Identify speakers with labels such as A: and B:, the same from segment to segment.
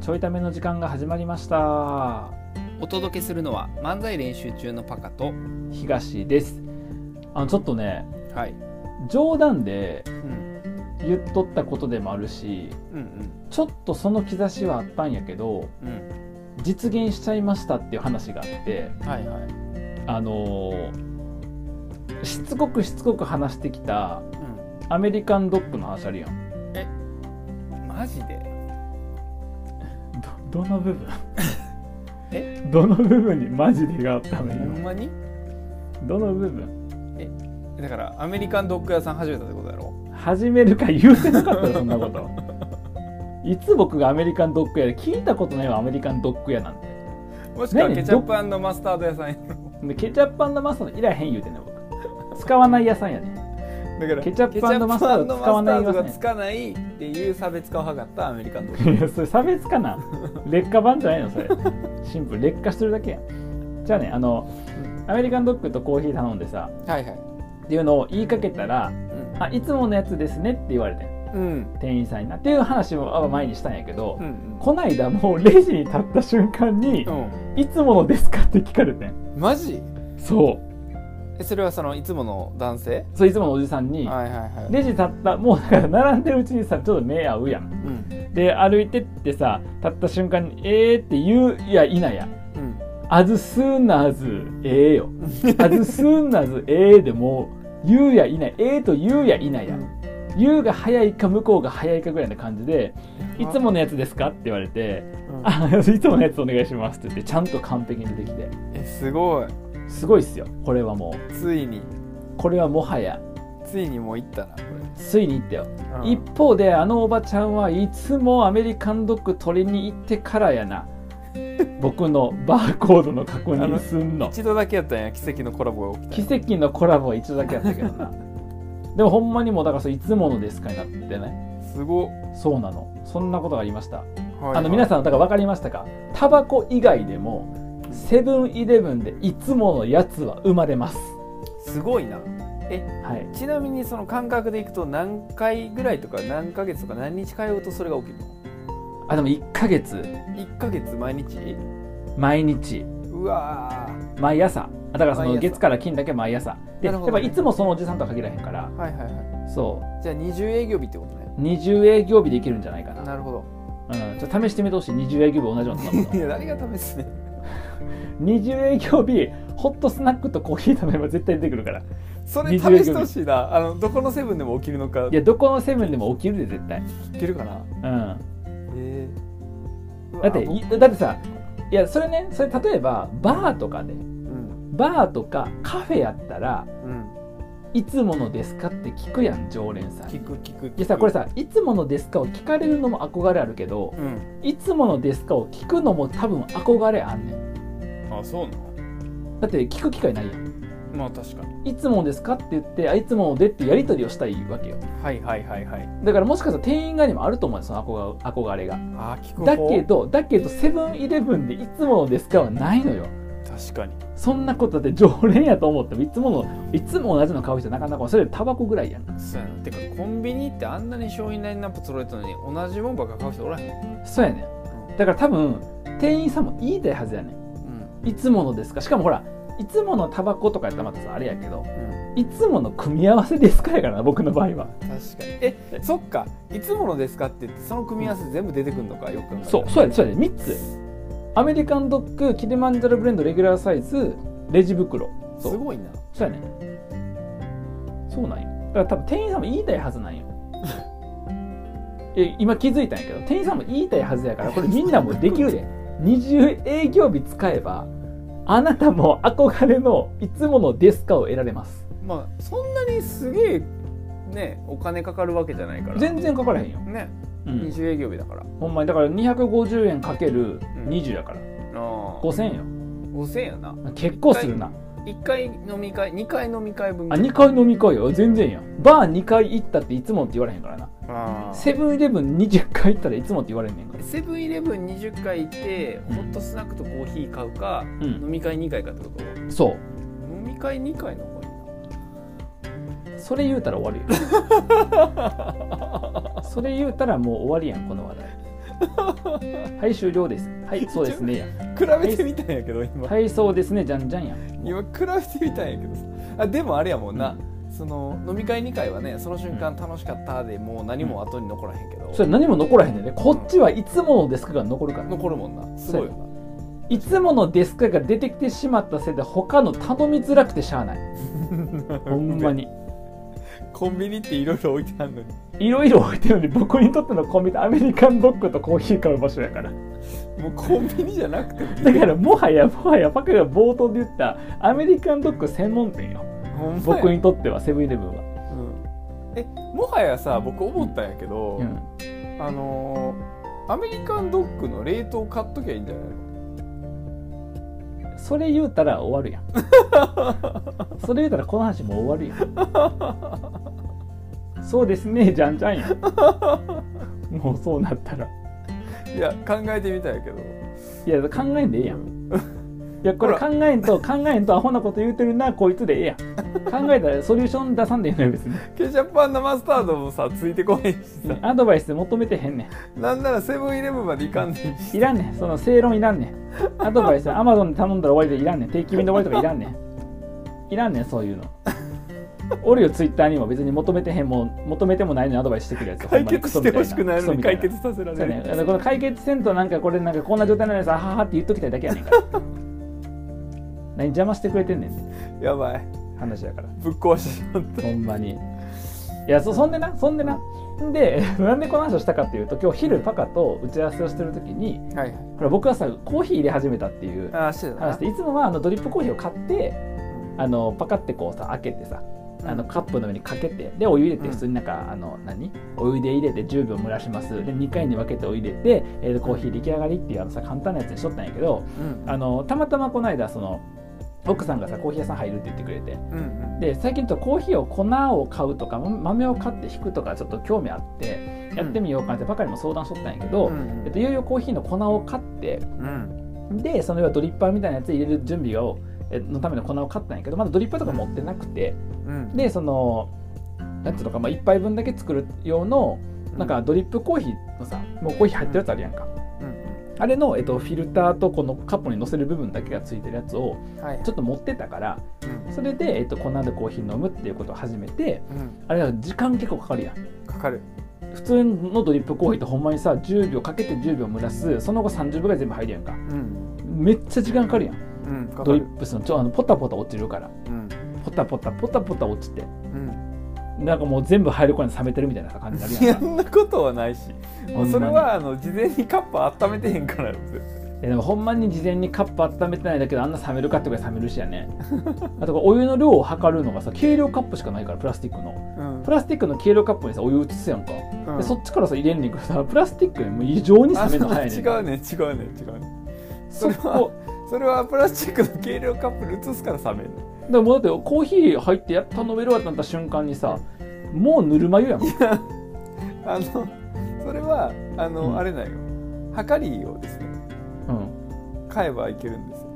A: ちょいための時間が始まりました
B: お届けするのは漫才練習中のパカと
A: 東ですあのちょっとね
B: はい、
A: 冗談で
B: うん、
A: 言っとったことでもあるし
B: うん
A: ちょっとその兆しはあったんやけど
B: うんうん
A: 実現しちゃいましたっていう話があって
B: はいはい
A: あのーしつこくしつこく話してきた
B: う
A: アメリカンドッグの話あるやん
B: んマジで
A: どどの部分
B: え
A: どの部分にマジでがあったの
B: ほん
A: 今
B: まに
A: どの部分
B: だからアメリカンドッグ屋さん始めたってことだろ
A: 始めるか言うてなかったよそんなこといつ僕がアメリカンドッグ屋で聞いたことないわアメリカンドッグ屋なんて
B: もしくは
A: 何
B: ケチャップマスタード屋さんやろ
A: でケチャップマスタードいらへん言うてんねん僕使わない屋さんやね
B: だから
A: ケチャップマスタード使わない
B: ケチャップマスタードがつかないっていう差別化を図ったアメリカンドッグ
A: んいやそれ差別かな劣化版じゃないのそれシンプル劣化してるだけやんじゃあねあのアメリカンドッグとコーヒー頼んでさ
B: はいはい
A: っていうのを言いかけたら「あいつものやつですね」って言われてん
B: うんうん
A: 店員さんになっていう話を前にしたんやけど、
B: うん
A: こないだもうレジに立った瞬間に
B: う
A: 「いつものですか?」って聞かれてん
B: んマジ
A: そう。
B: えそれはそのいつもの男性
A: そういつものおじさんに、
B: はいはいはい
A: レジ立った、もうだから並んでるうちにさ、ちょっと目合うやん。
B: うん
A: で、歩いてってさ、立った瞬間に、えーって言う、いや、いなや。
B: うん
A: あずすーなず、ええ よ。あずすーなず、ええでもう、言うやいない、ええと言うやいないや。言うが早いか、向こうが早いかぐらいな感じで、いつものやつですかって言われて、
B: うん
A: あ、 いつものやつお願いしますって言って、ちゃんと完璧にできて。
B: えすごい
A: すごいっすよ。これはもう、
B: ついに
A: これはもはや、
B: ついにもう行ったなこ
A: ついにいったよ。
B: れ、
A: 一方であのおばちゃんはいつもアメリカンドッグ取りに行ってからや な僕のバーコードの確認すんの
B: 一度だけやったんや奇跡のコラボが起き
A: 奇跡のコラボは一度だけやったけど なでもほんまにもうだからそれいつものですかになってね
B: たすごっ、
A: そうなのそんなことがありました、
B: はい
A: あの皆
B: ん
A: さんだから分かりましたかタバコ以外でもセブンイレブンでいつものやつは生まれます
B: すごいな
A: はい
B: ちなみにその感覚でいくと何回ぐらいとか何ヶ月とか何日通うとそれが起きるの
A: あでも1ヶ月
B: 1ヶ月毎日
A: 毎日
B: うわー
A: 毎朝あだからその
B: 毎朝
A: 月から金だけ毎朝でや
B: なる
A: っ
B: ほど
A: ぱいつもそのおじさんとは限らへんから
B: はいはいは
A: そ
B: いじゃあ20営業日ってことね
A: う20営業日でいけるんじゃないかな
B: なるほど
A: うん、ちょっと試してみてほしい20営業日同じようなも
B: い
A: の
B: や誰が試すねん
A: 20営業日ホットスナックとコーヒー頼めば絶対出てくるからい
B: それ試
A: 20営業日
B: してほしいなあのどこのセブンでも起きるのか
A: やどこのセブンでも起きるで絶対、
B: 起きるかな
A: うん、
B: ええ
A: だっていだってさいやそれねそれ例えばバーとかで
B: うん
A: バーとかカフェやったら
B: うん
A: いつものですかって聞くやん常連さんに
B: 聞く聞く聞く
A: いやさこれさ「いつものですか?」を聞かれるのも憧れあるけど
B: うん
A: いつものですかを聞くのも多分憧れあんねん。
B: あそうなの
A: だって聞く機会ないやん。
B: まあ確かに
A: いつものですかって言って、あいつものでってやり取りをしたいわけよ。
B: はいはいはいはい
A: だからもしかしたら店員側にもあると思うよ、その憧憧れが。
B: あー聞く方
A: だけど、だけど、セブンイレブンでいつものですかはないのよ。
B: 確かに
A: そんなことで常連やと思っても、いつもの、いつも同じの買う人なかなか、それよりタバコぐらいやん。
B: そうやなてかコンビニってあんなに商品ラインナップ揃えたのに同じもんばっか買う人おらへん
A: そうやねん。だから多分、店員さんも言いたいはずやね
B: うん
A: ん。いつものですか。しかもほら、いつものタバコとかやったらまたさ、あれやけど、
B: うん
A: いつもの組み合わせですかやからな、 僕の場合は。
B: 確かにえそっかいつものですかって言ってその組み合わせ全部出てくるのかよく考えたら
A: そう、そうやで、そうやで、3つ。アメリカンドッグ、キリマンジャロブレンド、レギュラーサイズ、レジ袋。そう
B: すごいな
A: そうやね。そうなんよ。だから多分店員さんも言いたいはずなんよ。 え今気づいたんやけど、店員さんも言いたいはずやから、これみんなもできる で。20営業日使えば、あなたも憧れのいつものデスカを得られます。
B: まあそんなにすげえねお金かかるわけじゃないから
A: 全然かからへんよ。
B: ね
A: うん、
B: 20営業日だからあ
A: ほんまに、だから250円かける20やから。
B: あ
A: 5000円
B: 5000円やな
A: よ。結構するな。
B: 1回飲み会2回飲み会分
A: あ2回飲み会よ全然やんバー2回行ったっていつもって言われへんからな
B: あー
A: セブンイレブン20回行ったらいつもって言われんねんから
B: セブンイレブン20回行ってホットスナックとコーヒー買うか、
A: うん
B: 飲み会2回かってこと
A: そ
B: 飲み会2回の方がいいう
A: それ言う たら終わるよそれ言うたらもう終わりやんこの話題
B: な
A: はい終了ですはいそうですねや
B: 比べてみたんやけど今、
A: はいそうですねじゃんじゃんや
B: 今比べてみたんやけどさあでもあれやもんな、その飲み会2回はねその瞬間楽しかったでもう何も後に残らへんけど、
A: それ何も残らへんねんねこっちはいつものデスクが残るから
B: 残るもんなすごいよ
A: いつものデスクが出てきてしまったせいで他の頼みづらくてしゃあない
B: な
A: ほんまに
B: コンビニっていろいろ置いてあるのに
A: いろいろ置いてるのに僕にとってのコンビニってアメリカンドッグとコーヒー買う場所やから
B: もうコンビニじゃなくてもいい
A: だからもはやもはやパクが冒頭で言ったアメリカンドッグ専門店よ
B: ほんまや
A: 僕にとってはセブンイレブンは、
B: うんえもはやさ僕思ったんやけど、
A: うん
B: あのーアメリカンドッグの冷凍買っときゃいいんじゃない
A: それ言うたら終わる やんそれ言うたらこの話もう終わるやんそうですねじゃんじゃんやんもうそうなったら
B: のいや考えてみたんやけど
A: いや考えんでええやんいやこれ考えんと考えんとアホなこと言うてるなこいつでええやん考えたらソリューション出さんでええのよ別に
B: ケチャップマスタードもさついてこへんしさ
A: アドバイス求めてへんね
B: なんならセブンイレブンまで行かんねんし
A: んいらんねんその正論いらんねんアドバイスアマゾンで頼んだら終わりでいらんねん定期便で終わりとかいらんねんいらんねんそういうのおるよツイッターにも別に求めてへんもん求めてもないのにアドバイスしてくるやつ
B: 解決してほしくないのに解決
A: さ
B: させら
A: せ
B: れ
A: る、
B: る
A: そうやねん、この解決せんとなんかこれなんかこんな状態なのにさはははって言っときたいだけやねんから何邪魔してくれてんねんって
B: やばい
A: 話やから
B: ぶっ壊してしま った
A: ほんまに。いやそそんでなそんでなでなんでこの話をしたかっていうと今日昼パカと打ち合わせをしてる時に
B: はい
A: ほら僕はさコーヒー入れ始めたっていう
B: ああしてた
A: 話でいつもはあのドリップコーヒーを買ってあのパカってこうさ開けてさあのカップの上にかけてでお湯入れて
B: うん
A: 普通になんか、あの何お湯で入れて10秒蒸らしますで2回に分けてお湯入れて、えーコーヒー出来上がりっていうあのさ簡単なやつにしとったんやけど
B: うん
A: あのたまたまこの間その奥さんがさコーヒー屋さん入るって言ってくれて
B: うんうん
A: で最近ちょっとコーヒーを粉を買うとかま豆を買って引くとかちょっと興味あってやってみようかなってばかりも相談しとったんやけど、
B: うん
A: えっと、いよいよコーヒーの粉を買って
B: うん
A: でその要はドリッパーみたいなやつ入れる準備をえのための粉を買ったんやけどまだドリッパーとか持ってなくて
B: うん
A: でそのなんていうのか、まあ、1杯分だけ作る用のなんかドリップコーヒーのさもうコーヒー入ってるやつあるやんか。
B: うん
A: あれの、えっと、フィルターとこのカップに乗せる部分だけがついてるやつを
B: はい
A: ちょっと持ってたから
B: うん
A: それで、えっと、粉でコーヒー飲むっていうことを始めて
B: うん
A: あれだ時間結構かかるやん
B: かかる
A: 普通のドリップコーヒーってほんまにさ10秒かけて10秒蒸らすその後30秒ぐらい全部入るやんか
B: うん
A: めっちゃ時間かかるやん
B: うんかか
A: ドリ
B: る
A: ップスのちょあのポタポタ落ちるから
B: うん
A: ポタポタポタポタ落ちて
B: うん
A: なんかもう全部入る頃に冷めてるみたいな感じになるやん
B: そ
A: か
B: んなことはないし
A: ほんま
B: もう
A: に
B: それはあの事前にカップ温めてへんからよ
A: いやでもほんまに事前にカップ温めてないだけどあんな冷めるかってぐらい冷めるしやねあとこうお湯の量を測るのがさ計量カップしかないからプラスチックの
B: うん
A: プラスチックの計量カップにさお湯移すやんか、
B: うん
A: でそっちからさ入れんねんけどさプラスチックよりも異常に冷めるの
B: あ
A: 早いね
B: 違
A: ん
B: うね違うね違うね
A: そこ
B: それはプラスチックの軽量カップに移すから冷めるの
A: でもだってコーヒー入ってやった飲めるわってなった瞬間にさもうぬるま湯やもん
B: あのそれはあの、
A: うん
B: あれなんよはかりをですね
A: うん
B: 買えばいけるんですよ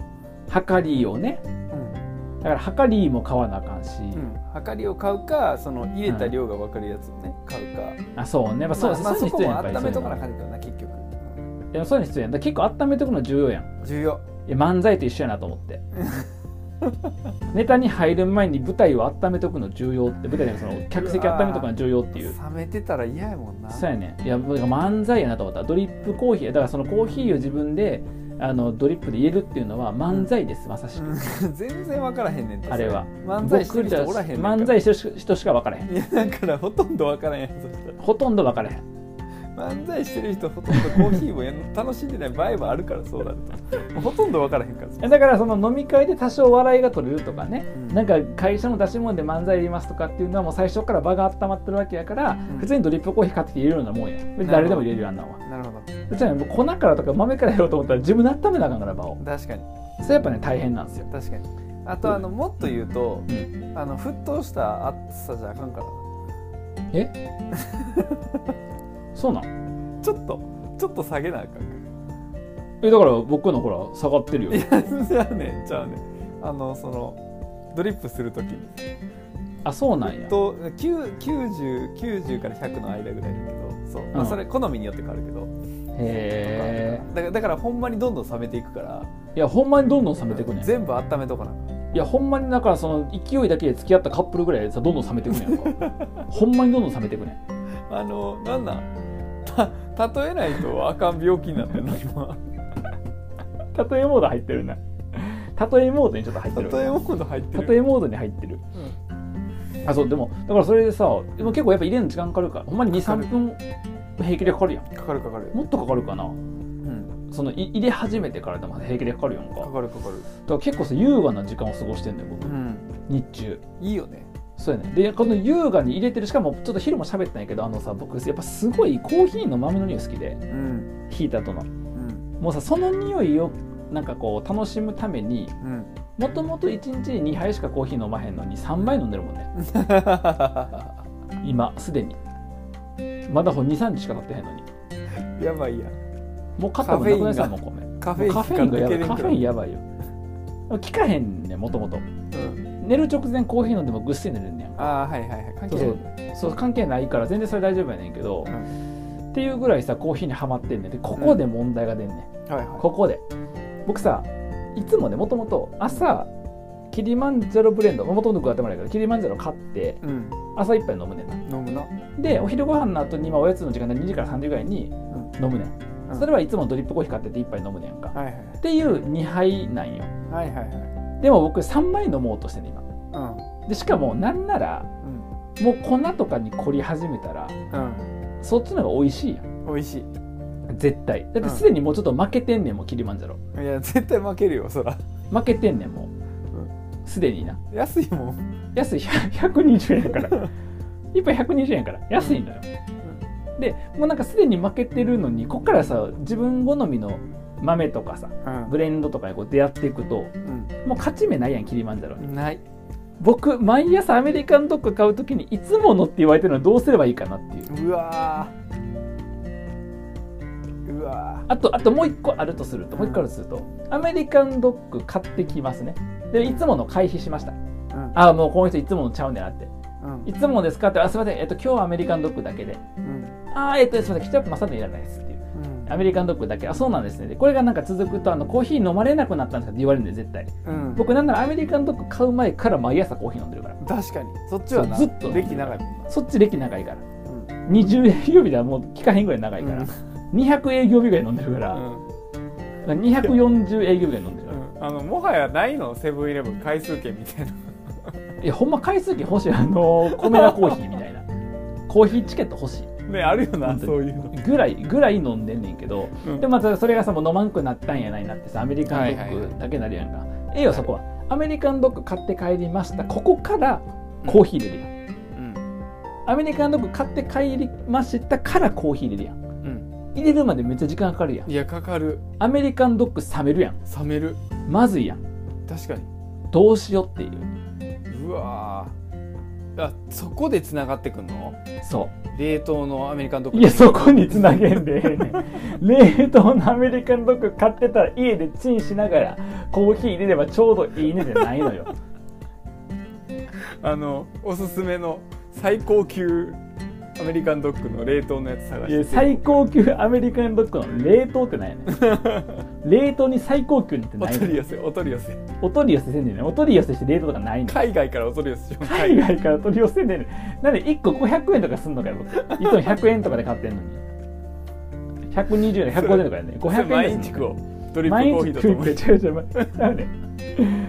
A: はかりをねだからはかりも買わなあかんし、
B: うんはかりを買うかその入れた量が分かるやつをね買うか、
A: あそうね、まあ、そ
B: そううまあ、
A: そうい
B: そ
A: うの
B: こ
A: 必要や
B: も
A: んやっぱり
B: 温めとかなあ
A: そう
B: かんからな結局
A: いうのでもそういうの必要やんだから結構温めとくの重要やん
B: 重要
A: いや漫才と一緒やなと思って ネタに入る前に舞台を温めとくの重要って舞台でその客席温めとくの重要っていう
B: 冷めてたら嫌やもんな
A: そうやねいやだから漫才やなと思ったドリップコーヒーだからそのコーヒーを自分であのドリップで入れるっていうのは漫才ですまさしく、
B: うん 全然分からへんねんて
A: あれは
B: 漫才してる人おらへんねんから
A: 漫才してる人しか分からへん
B: いやだからほとんど分からへんやんそしたら
A: ほとんど分からへん
B: 漫才してる人ほとんどコーヒーもやん楽しんでない場合もあるからそうなるとほとんど分からへんから
A: だからその飲み会で多少笑いが取れるとかね、
B: うん
A: なんか会社の出し物で漫才入れますとかっていうのはもう最初から場が温まってるわけやから、
B: ん
A: 普通にドリップコーヒー買ってきて入れるようなもんや別に誰でも入れるようなもんは
B: なるほど
A: うちはねもう粉からとか豆からやろうと思ったら自分で温めなあかんから場を
B: 確かに
A: それやっぱね大変なんですよ
B: 確かにあとあのもっと言うと、
A: う
B: あの沸騰した熱さじゃあかんから
A: そうなん
B: ちょっとちょっと下げなあかんか
A: えだから僕のほら下がってるよ
B: らいやじゃあねじゃあねあのそのドリップするときに
A: あそうなんや
B: と9 90, 90から100の間ぐらいだけどそう、ま
A: う
B: あ、
A: ん
B: それ好みによって変わるけど、
A: へ
B: だからだからほんまにどんどん冷めていくから
A: えいやほんまにどんどん冷めてくねん
B: 全部温めとかなあかん
A: いやほんまにだからその勢いだけで付き合ったカップルぐらいさどんどん冷めてくねんやん かほんまにどんどん冷めてくねん
B: あのなんなんた例えないとあかん病気になってるの今
A: 例えモード入ってるな例えモードにちょっと入って
B: 例
A: る
B: えモード入ってる
A: 例えモードに入ってる、あそうでもだからそれでさでも結構やっぱ入れるの時間かかるからほんまに
B: かかる
A: 23分平気でかかるやん
B: かかるかかる、
A: もっとかかるかな
B: うん、
A: そのい入れ始めてからでも平気でかかるやんか
B: かかるかかる
A: だから結構さ優雅な時間を過ごしてんだよ僕
B: うん
A: 日中
B: いいよね
A: そうやねでこの優雅に入れてるしかもちょっと昼も喋ってないけどあのさ僕やっぱすごいコーヒーの豆の匂い好きで
B: うん
A: 引いた後の
B: うん
A: もうさその匂いをなんかこう楽しむために
B: うん
A: もともと1日に2杯しかコーヒー飲まへんのに3杯飲んでるもんね今すでにまだほ23日しか経ってへんのに
B: やばいや
A: もう肩もなくなりそうやもん米
B: カフ
A: も
B: ェイ
A: う
B: ン
A: カフェインがやばい
B: が
A: カフェインやばいよ聞かへんねもともと
B: うん、
A: 寝る直前コーヒー飲んでもぐっすり寝るんねやん
B: ああはいはいはい関
A: そ
B: 係
A: う
B: な
A: そ
B: いう
A: そう関係ないから全然それ大丈夫やねんけど、っていうぐらいさコーヒーにはまってんねんでここで問題が出んねん、
B: はいは
A: ここで僕さいつもねもともと朝キリマンジャロブレンドもともとグアテマラやからキリマンジャロ買って
B: いうん
A: 朝一杯飲むねんな
B: 飲むな
A: でお昼ご飯の後にまあおやつの時間で2時から3時ぐらいに飲むねん、
B: うん
A: それはいつもドリップコーヒー買ってて1杯飲むねんか、
B: はいはい
A: っていう2杯なんよ
B: はいはいはい
A: でも僕3杯飲もうとしてんねん今
B: うん
A: でしかもなんなら
B: うん
A: もう粉とかに凝り始めたらそっちの方が美味しいやん
B: うん美味しい
A: 絶対だってすでにもうちょっと負けてんねんもんキリマンジャロ
B: いや絶対負けるよそら
A: 負けてんねんもうすでにな
B: 安いもん
A: 安い120円やから一杯120円やから安いのよ、でもうなんかすでに負けてるのにこっからさ自分好みの豆とかさブレンドとかにこう出会っていくと
B: うん、
A: もう勝ち目ないやんキリマンジャロに
B: うん、ない
A: 僕毎朝アメリカンドッグ買う時にいつものって言われてるのはどうすればいいかなっていう
B: うわーうわ
A: あとあともう一個あるとするともう一個あるとすると、アメリカンドッグ買ってきますねでいつもの回避しました
B: ーうん
A: ああもうこの人いつものちゃうんだなって
B: うん
A: いつものですかってあすいませんえっと今日はアメリカンドッグだけで
B: うん
A: ああえっとすみませんケチャップマサのいらないですっていう
B: うん
A: アメリカンドッグだけあそうなんですねでこれがなんか続くとあのコーヒー飲まれなくなったんですかって言われるんで絶対
B: うん
A: 僕なんならアメリカンドッグ買う前から毎朝コーヒー飲んでるから
B: 確かにそっちはな
A: そうずっと
B: 歴長いもんな
A: そっち歴長いから
B: うん
A: 20営業日ではもう聞かへんぐらい長いから、200営業日ぐらい飲んでるから、240営業日ぐらい飲んでるか
B: う
A: ら、
B: んうんあのもはやないのセブンイレブン回数券みたいない
A: やほんま回数券欲しいあのコメラコーヒーみたいなコーヒーチケット欲しい
B: ねあるよな
A: 本当に
B: そういうの、
A: ぐらいぐらい飲んでんねんけど
B: うん
A: でまたそれがさもう飲まんくなったんやないなってさアメリカンド
B: はいはい
A: ッ
B: は
A: グだけなるやんか、ええよそこはアメリカンドッグ買って帰りましたここからコーヒー入れるやん、
B: うん
A: アメリカンドッグ買って帰りましたからコーヒー入れるやん
B: うん、
A: 入れるまでめっちゃ時間かかるやん
B: いやかかる
A: アメリカンドッグ冷めるやん
B: 冷める
A: まずいやん
B: 確かに
A: どうしようっていう
B: うわーあそこでつながってくんの
A: そ
B: 冷凍のアメリカンドッ
A: う
B: グ
A: いやそこにつなげんでええねん冷凍のアメリカンドッグ買ってたら家でチンしながらコーヒー入れればちょうどいいねじゃないのよ
B: あのおすすめの最高級アメリカンドッグの冷凍のやつ探
A: いや
B: して
A: 最高級アメリカンドッグの冷凍ってないねん冷凍に最高級って
B: お
A: ない
B: 取り
A: ねん
B: 寄せお取り寄せ
A: お取り寄せせんねんねんお取り寄せして冷凍とかないねん
B: 海外からお取り寄せしよう
A: 海外から取り寄せんねんねんなんで1個500円とかすんのかよ僕いつも100円とかで買ってんのに120円150円とかやねん
B: それ
A: 500円
B: 毎
A: で
B: 日
A: す
B: 食おうドリップ
A: 毎
B: コー
A: 日
B: ヒーと
A: 食
B: と
A: う
B: も
A: って
B: に
A: ちゃうちゃうちゃうね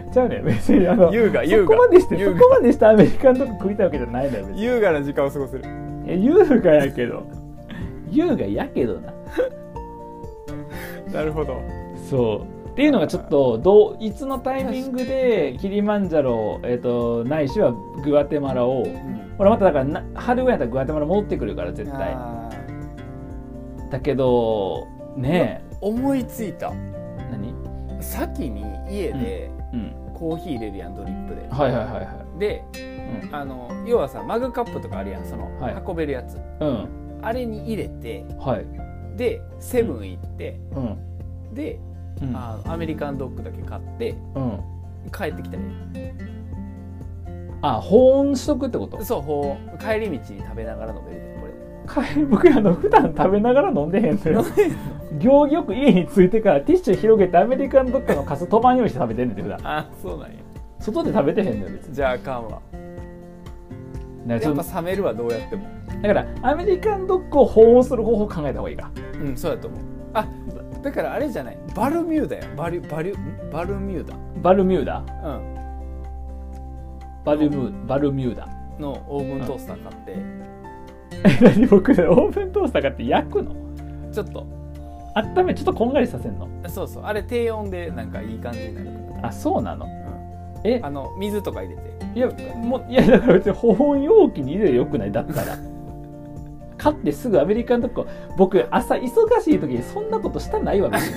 A: んちゃうねん別にあの
B: 優雅優雅
A: そこまでして
B: 優
A: そ
B: 雅
A: こまでしてアメリカンドッグ食いたいわけじゃないのよ別に
B: 優雅な時間を過ごせる
A: いや優雅やけど優雅やけどな
B: なるほど
A: そうっていうのがちょっとどういつのタイミングでキリマンジャロ、えー、とないしはグアテマラを俺まただからな春ぐらいだったらグアテマラ戻ってくるから絶対
B: あー
A: だけどね
B: 思いついた
A: え何
B: 先に家で
A: うん
B: コーヒー入れるやんドリップで
A: はいはいはいは
B: で
A: い
B: あの要はさマグカップとかあるやんその、
A: はい
B: 運べるやつ
A: うん、うん、
B: あれに入れて
A: はい
B: でセブン行って、
A: うん
B: で
A: うん
B: あのアメリカンドッグだけ買って
A: うん
B: 帰ってきたらいい
A: あ保温しとくってこと
B: そうほう帰り道に食べながら飲めるでこれ
A: 帰り 僕あの普段食べながら飲んでへんのよ
B: で
A: 行儀よく家に着いてからティッシュ広げてアメリカンドッグのカス飛ばんようにして食べてんねんて普段
B: あそうなんや
A: 外で食べてへんのよ別に
B: じゃああかんわ
A: だか
B: や
A: ら
B: っ
A: ちょっ
B: ぱ冷めるはどうやっても
A: とだからアメリカンドッグを保温する方法考えた方がいいか
B: うんそうやと思うあだからあれじゃないバルミューダやバリュバリュんバルミュー
A: バルミューダ
B: ダうん
A: バルムーバルミューダ
B: のオーブントースター買って
A: え 何僕ねオーブントースター買って焼くの
B: ちょっと
A: 温めちょっとこんがりさせんの
B: そうそうあれ低温でなんかいい感じになるか
A: あそうなの
B: ら、
A: え
B: あの水とか入れて
A: いやもういやだから別に保温容器に入れるよくないだったら買ってすぐアメリカンドッグを僕朝忙しい時にそんなことしたないわ別に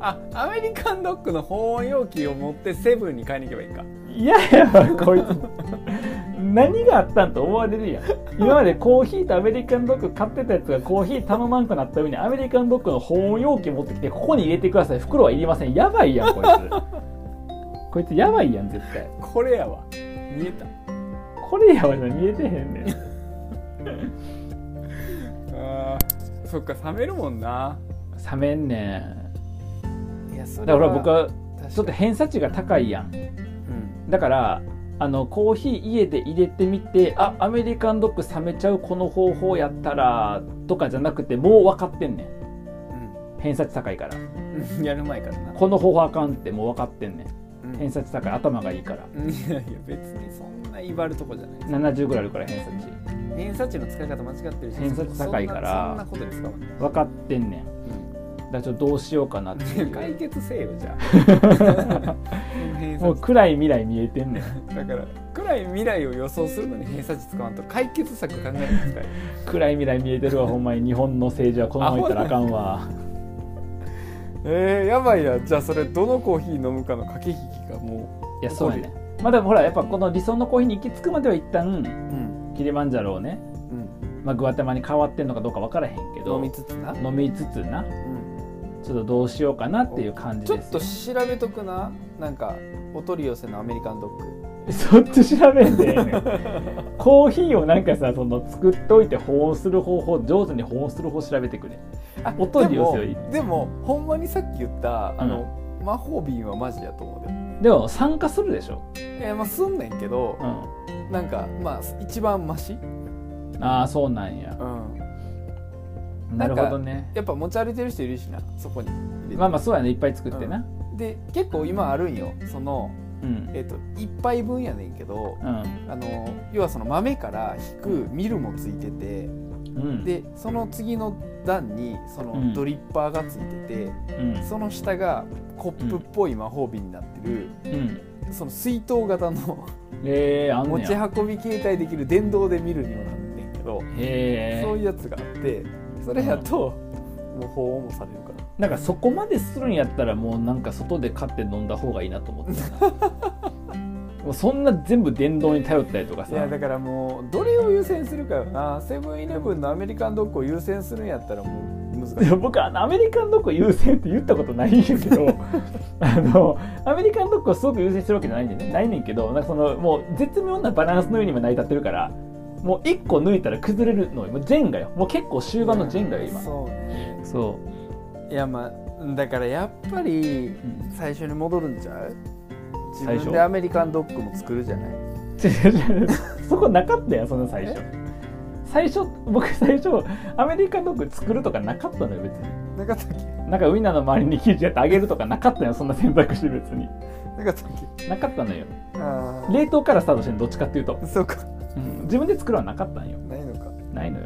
B: あアメリカンドッグの保温容器を持ってセブンに買いに行けばいいか
A: いやいやこいつ何があったんと思われるやん今までコーヒーとアメリカンドッグ買ってたやつがコーヒー頼まんくなった上にアメリカンドッグの保温容器持ってきてここに入れてください袋はいりませんやばいやんこいつこいつやばいやん絶対
B: これやわ見えた
A: これやばいの見えてへんねん
B: あーそっか冷めるもんな
A: 冷めんねん
B: いやそ
A: だから僕はち
B: ち
A: ょっと偏差値が高いやん
B: うん
A: だからあのコーヒー家で入れてみてあアメリカンドッグ冷めちゃうこの方法やったらとかじゃなくてもう分かってんねん偏差値高いから
B: うんやる前からな
A: この方法あかんってもう分かってんね
B: うん
A: ん偏差値高い頭がいいから
B: うんいやいや別にそんな威張るとこじゃない
A: 70ぐらいあるから偏差値
B: 偏差値の使い方間違ってるし
A: 偏差値高いから
B: そんなそんなことですかもんね
A: 分かってんねんだからちょっとどうしようかなってい
B: 解
A: う
B: 決せえよじゃ あ偏差
A: もう暗い未来見えてんね ん
B: 値だから暗い未来を予想するのに偏差値使わんと解決策考えていきたい
A: 暗い未来見えてるわほんまに日本の政治はこのままいったらあかんわ
B: えー、やばいやじゃあそれどのコーヒー飲むかの駆け引きがも
A: いやそうやねんまあでもほらやっぱこの理想のコーヒーに行き着くまでは一
B: う、
A: 旦
B: うん
A: キリマンジャロをねまあ、グアテマに変わってんのかどうか分からへんけど
B: 飲みつつな、
A: 飲みつつなちょっとどうしようかなっていう感じ
B: ちょ
A: で
B: っ
A: す
B: と調べとくななんかお取り寄せのアメリカンドッグ
A: そっち調べんでええ ねんコーヒーをなんかさその作っといて保温する方法上手に保温する方調べてくれ
B: あ
A: お取り寄せはいい
B: でもでもほんまにさっき言ったあの、魔法瓶はマジやと思う
A: で
B: で
A: も酸化するでしょ、
B: えーまあすんねんけど
A: う、ん、
B: なんかまあ一番マシ、
A: ああそうなんや
B: ん、
A: なるほどね
B: やっぱ持ち歩いてる人いるしなそこに入れて
A: まあまあそうやねいっぱい作ってな
B: で結構今あるんよその、
A: うん
B: えっと1杯分やねんけど
A: うん
B: あの要はその豆から引くミルもついてて
A: うん
B: でその次の段にそうの
A: ん
B: ドリッパーがついてて、
A: うん
B: その下がコップっぽい魔法瓶になってる、
A: うん
B: その水筒型の
A: えー、あん
B: 持
A: ね
B: ち
A: や
B: 運び携帯できる電動で見るにはなんねんけど、
A: へ
B: そう
A: え
B: いうやつがあってそれやと、もう保温もされるから
A: なんかそこまでするんやったらもうなんか外で買って飲んだ方がいいなと思ってたな もうそんな全部電動に頼ったりとか
B: い
A: さ
B: やだからもうどれを優先するかよなセブンイレブンのアメリカンドッグを優先するんやったらもう難し
A: い
B: い
A: や僕あのアメリカンドッグ優先って言ったことないんやけどあのアメリカンドッグをすごく優先してるわけじゃないんでねないねんけどなんかそのもう絶妙なバランスのように今成り立ってるからもう1個抜いたら崩れるのよもうジェンガよもう結構終盤のジェンガよ今
B: そうね
A: そ
B: いやまあだからやっぱり
A: う、うん
B: 最初に戻るんちゃう自
A: 最
B: 分
A: 初
B: でアメリカンドッグも作るじゃない
A: 違う違う違う そこなかったやんそんな最初最初僕最初アメリカンドッグ作るとかなかったのよ別に
B: なかったっけ
A: なんかウインナーの周りに生地やってあげるとかなかったよそんな選択肢別に
B: なかったっけ
A: なかったのよ
B: あ
A: 冷凍からスタートしてんのどっちかっていうと
B: あ、そうか
A: うん自分で作るはなかったんよ
B: ないのか
A: ないのよ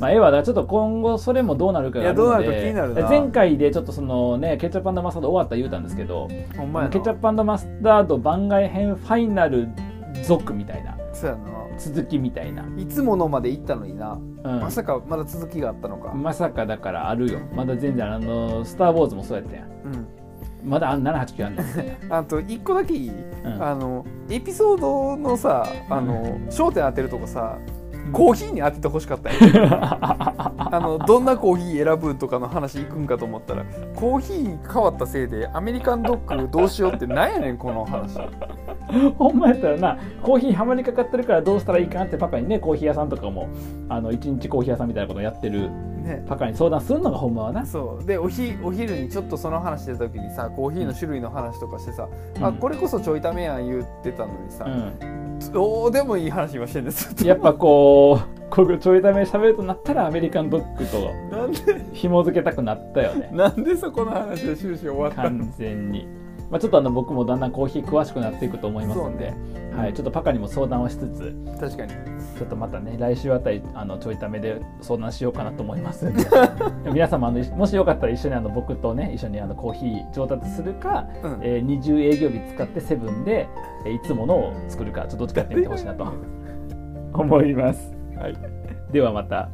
A: まあ、絵はだからちょっと今後それもどうなるかがあるので
B: いやどうなるか気になるな
A: 前回でちょっとそのねケチャップマスタード終わった言うたんですけど
B: ほんまやな
A: ケチャップマスタード番外編ファイナル続みたいな
B: そうやな
A: 続きみたいな、
B: いつものまで行ったのにな、
A: うん
B: まさかまだ続きがあったのか、
A: まさかだからあるよまだ全然あの「スター・ウォーズ」もそうやったやん
B: うん、
A: まだあん789あんねんね、
B: あと一個だけいい、
A: うん
B: あのエピソードのさあの、焦点当てるとこさコーヒーに当ててほしかったよ あのどんなコーヒー選ぶとかの話いくんかと思ったらコーヒー変わったせいでアメリカンドッグどうしようってなんやねんこの話
A: ほんまやったらなコーヒーはまりかかってるからどうしたらいいかなってパカにねコーヒー屋さんとかもあの一日コーヒー屋さんみたいなことやってる
B: ね
A: パカに相談するのがほんまはな
B: そうでおひお昼にちょっとその話してた時にさコーヒーの種類の話とかしてさ、
A: うん
B: あこれこそちょいためやん言ってたのにさ、
A: う
B: どうでもいい話今してんです
A: ん、やっぱこう こうちょいため喋るとなったらアメリカンドッグと
B: なんで
A: 紐付けたくなったよね
B: なんでそこの話で終始終わったの
A: 完全に、まあ、ちょっとあの僕もだんだんコーヒー詳しくなっていくと思いますんで、はい、ちょっとパカにも相談をしつつ
B: 確かに
A: ちょっとまたね来週あたりあのちょいためで相談しようかなと思いますんで 皆様あのもしよかったら一緒にあの僕とね一緒にあのコーヒー上達するか、
B: うん
A: えー、20営業日使ってセブンで、えーいつものを 作るかちょっとどっちかやってみてほしいなと 思います、はい、ではまた